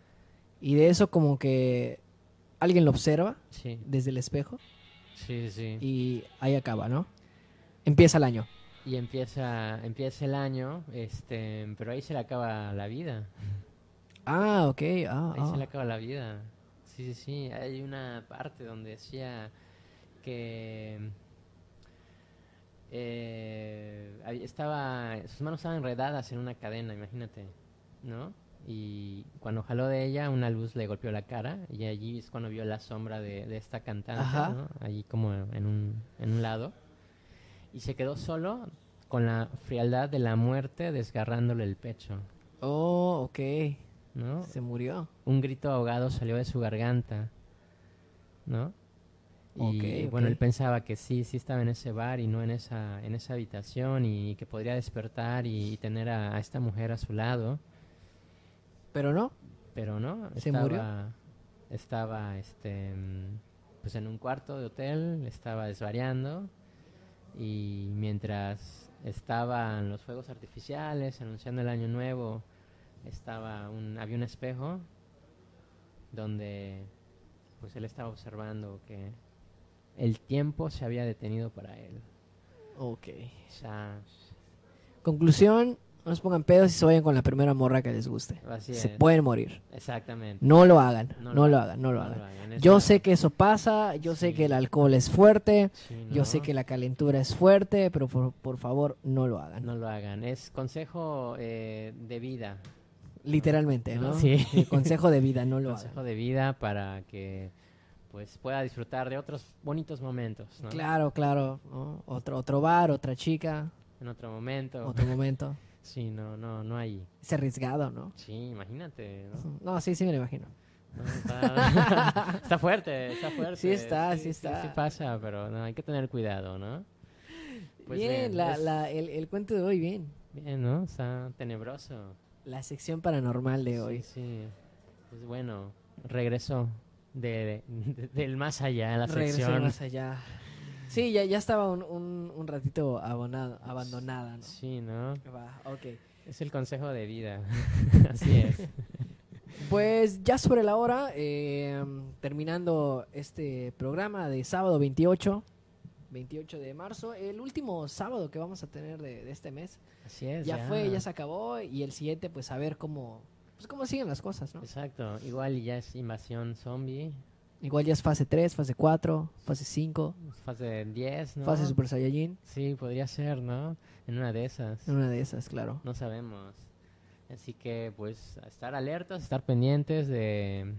Speaker 1: Y de eso como que alguien lo observa
Speaker 2: Sí.
Speaker 1: desde el espejo
Speaker 2: Sí, sí.
Speaker 1: y ahí acaba, ¿no? Empieza el año.
Speaker 2: Y empieza, empieza el año, este, pero ahí se le acaba la vida.
Speaker 1: Ah, ok. Ah,
Speaker 2: Ahí
Speaker 1: ah.
Speaker 2: se le acaba la vida. Sí, sí, sí. Hay una parte donde decía que eh, ahí estaba, sus manos estaban enredadas en una cadena, imagínate, ¿no? Y cuando jaló de ella, una luz le golpeó la cara y allí es cuando vio la sombra de, de esta cantante,
Speaker 1: Ajá.
Speaker 2: ¿no? Allí como en un, en un lado. Y se quedó solo con la frialdad de la muerte desgarrándole el pecho,
Speaker 1: Oh, ok.
Speaker 2: ¿no?
Speaker 1: Se murió.
Speaker 2: un grito ahogado salió de su garganta, ¿no? Y
Speaker 1: Ok,
Speaker 2: bueno,
Speaker 1: ok.
Speaker 2: él pensaba que sí, sí estaba en ese bar y no en esa, en esa habitación y que podría despertar y, tener a, a esta mujer a su lado,
Speaker 1: Pero no.
Speaker 2: pero no.
Speaker 1: ¿Se murió?
Speaker 2: Estaba, este, mm, pues en un cuarto de hotel, estaba desvariando y mientras estaban los fuegos artificiales anunciando el año nuevo, estaba un había un espejo donde pues él estaba observando que el tiempo se había detenido para él.
Speaker 1: Ok.
Speaker 2: O sea,
Speaker 1: Conclusión, no se pongan pedos y se vayan con la primera morra que les guste.
Speaker 2: así
Speaker 1: Se
Speaker 2: es.
Speaker 1: pueden morir.
Speaker 2: Exactamente.
Speaker 1: No lo hagan,
Speaker 2: No
Speaker 1: no,
Speaker 2: lo
Speaker 1: lo hagan, no lo
Speaker 2: No lo
Speaker 1: hagan.
Speaker 2: hagan,
Speaker 1: Yo
Speaker 2: esa-
Speaker 1: sé que eso pasa, yo sé
Speaker 2: Sí.
Speaker 1: que el alcohol es fuerte,
Speaker 2: Sí,
Speaker 1: yo sé
Speaker 2: ¿no?
Speaker 1: que la calentura es fuerte, pero por, por favor no lo hagan.
Speaker 2: No lo hagan. Es consejo eh, de vida.
Speaker 1: Literalmente, ¿no?
Speaker 2: Sí.
Speaker 1: El consejo de vida, no lo
Speaker 2: consejo
Speaker 1: hagan.
Speaker 2: de vida para que pues pueda disfrutar de otros bonitos momentos, ¿no?
Speaker 1: Claro, claro. ¿no? Otro, otro bar, otra chica,
Speaker 2: En otro momento.
Speaker 1: otro momento.
Speaker 2: Sí, no, no, no hay.
Speaker 1: Es arriesgado, ¿no?
Speaker 2: Sí, imagínate, ¿no?
Speaker 1: No, sí, sí me lo imagino. (laughs)
Speaker 2: No, está, está fuerte, está fuerte.
Speaker 1: Sí está, sí
Speaker 2: Sí,
Speaker 1: está.
Speaker 2: pasa, pero no, hay que tener cuidado, ¿no? Pues
Speaker 1: bien, la-
Speaker 2: es-
Speaker 1: la- el, el cuento de hoy, bien.
Speaker 2: bien, ¿no? Está tenebroso.
Speaker 1: La sección paranormal de hoy.
Speaker 2: Sí, sí. Pues bueno, regresó de, de- del más allá a la
Speaker 1: Regreso
Speaker 2: sección.
Speaker 1: más allá. Sí, ya, ya estaba un, un- un ratito abonado- abandonada, ¿no?
Speaker 2: Sí, ¿no?
Speaker 1: Va, ok.
Speaker 2: Es el consejo de vida. (laughs) Así es.
Speaker 1: Pues ya sobre la hora, eh, terminando este programa de sábado 28, 28 de marzo, el último sábado que vamos a tener de, de este mes.
Speaker 2: Así es.
Speaker 1: Ya, fue, ya se acabó y el siguiente pues a ver cómo, pues, cómo siguen las cosas, ¿no?
Speaker 2: Exacto. Igual ya es invasión zombie.
Speaker 1: Igual ya es fase 3, fase 4, fase 5,
Speaker 2: Fase 10, ¿no?
Speaker 1: fase Super Saiyajin,
Speaker 2: Sí, podría ser, ¿no? En una de esas.
Speaker 1: en una de esas, claro.
Speaker 2: No sabemos. Así que, pues, a estar alertas, estar pendientes de,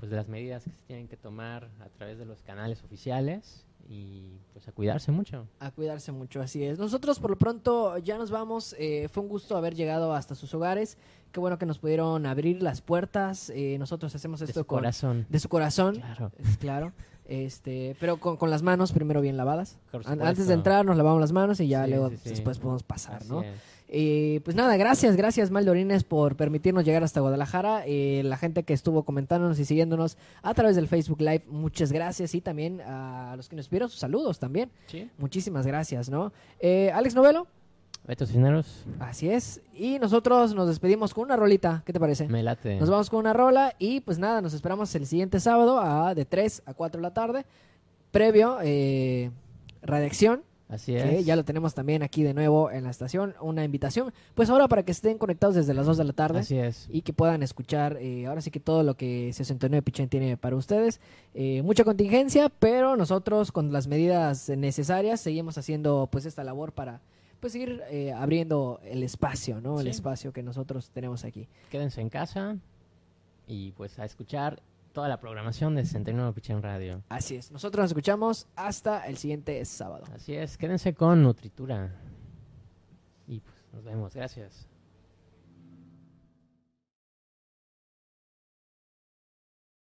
Speaker 2: pues, de las medidas que se tienen que tomar a través de los canales oficiales y, pues, a cuidarse mucho.
Speaker 1: A cuidarse mucho, así es. Nosotros por lo pronto ya nos vamos. eh, fue un gusto haber llegado hasta sus hogares. Qué bueno que nos pudieron abrir las puertas. eh, nosotros hacemos
Speaker 2: De
Speaker 1: esto
Speaker 2: su
Speaker 1: con,
Speaker 2: corazón.
Speaker 1: de su corazón.
Speaker 2: Claro.
Speaker 1: Es claro. Este, pero con, con las manos primero bien lavadas.
Speaker 2: Por
Speaker 1: An-
Speaker 2: supuesto.
Speaker 1: Antes de entrar nos lavamos las manos y ya
Speaker 2: Sí,
Speaker 1: luego
Speaker 2: sí, sí.
Speaker 1: después podemos pasar,
Speaker 2: Así
Speaker 1: ¿no?
Speaker 2: es.
Speaker 1: Eh, pues nada, gracias, gracias Maldorines por permitirnos llegar hasta Guadalajara. Eh, la gente que estuvo comentándonos y siguiéndonos a través del Facebook Live, muchas gracias. Y también a los que nos vieron sus saludos también.
Speaker 2: Sí.
Speaker 1: Muchísimas gracias, ¿no? Eh, Alex Novelo,
Speaker 2: Beto Cisneros,
Speaker 1: así es. Y nosotros nos despedimos con una rolita, ¿qué te parece?
Speaker 2: me late.
Speaker 1: Nos vamos con una rola y pues nada, nos esperamos el siguiente sábado a, de 3 a 4 de la tarde, previo eh, redacción,
Speaker 2: Así es.
Speaker 1: que ya lo tenemos también aquí de nuevo en la estación, una invitación, pues ahora para que estén conectados desde las 2 de la tarde.
Speaker 2: Así es.
Speaker 1: Y que puedan escuchar eh, ahora sí que todo lo que 69 Pichén tiene para ustedes. Eh, mucha contingencia, pero nosotros con las medidas necesarias seguimos haciendo pues esta labor para pues seguir eh, abriendo el espacio, ¿no? El
Speaker 2: Sí.
Speaker 1: espacio que nosotros tenemos aquí.
Speaker 2: Quédense en casa y, pues, a escuchar toda la programación de 69 Pichén Radio.
Speaker 1: Así es. Nosotros nos escuchamos hasta el siguiente sábado.
Speaker 2: Así es, quédense con Nutritura. Y, pues, nos vemos. Gracias.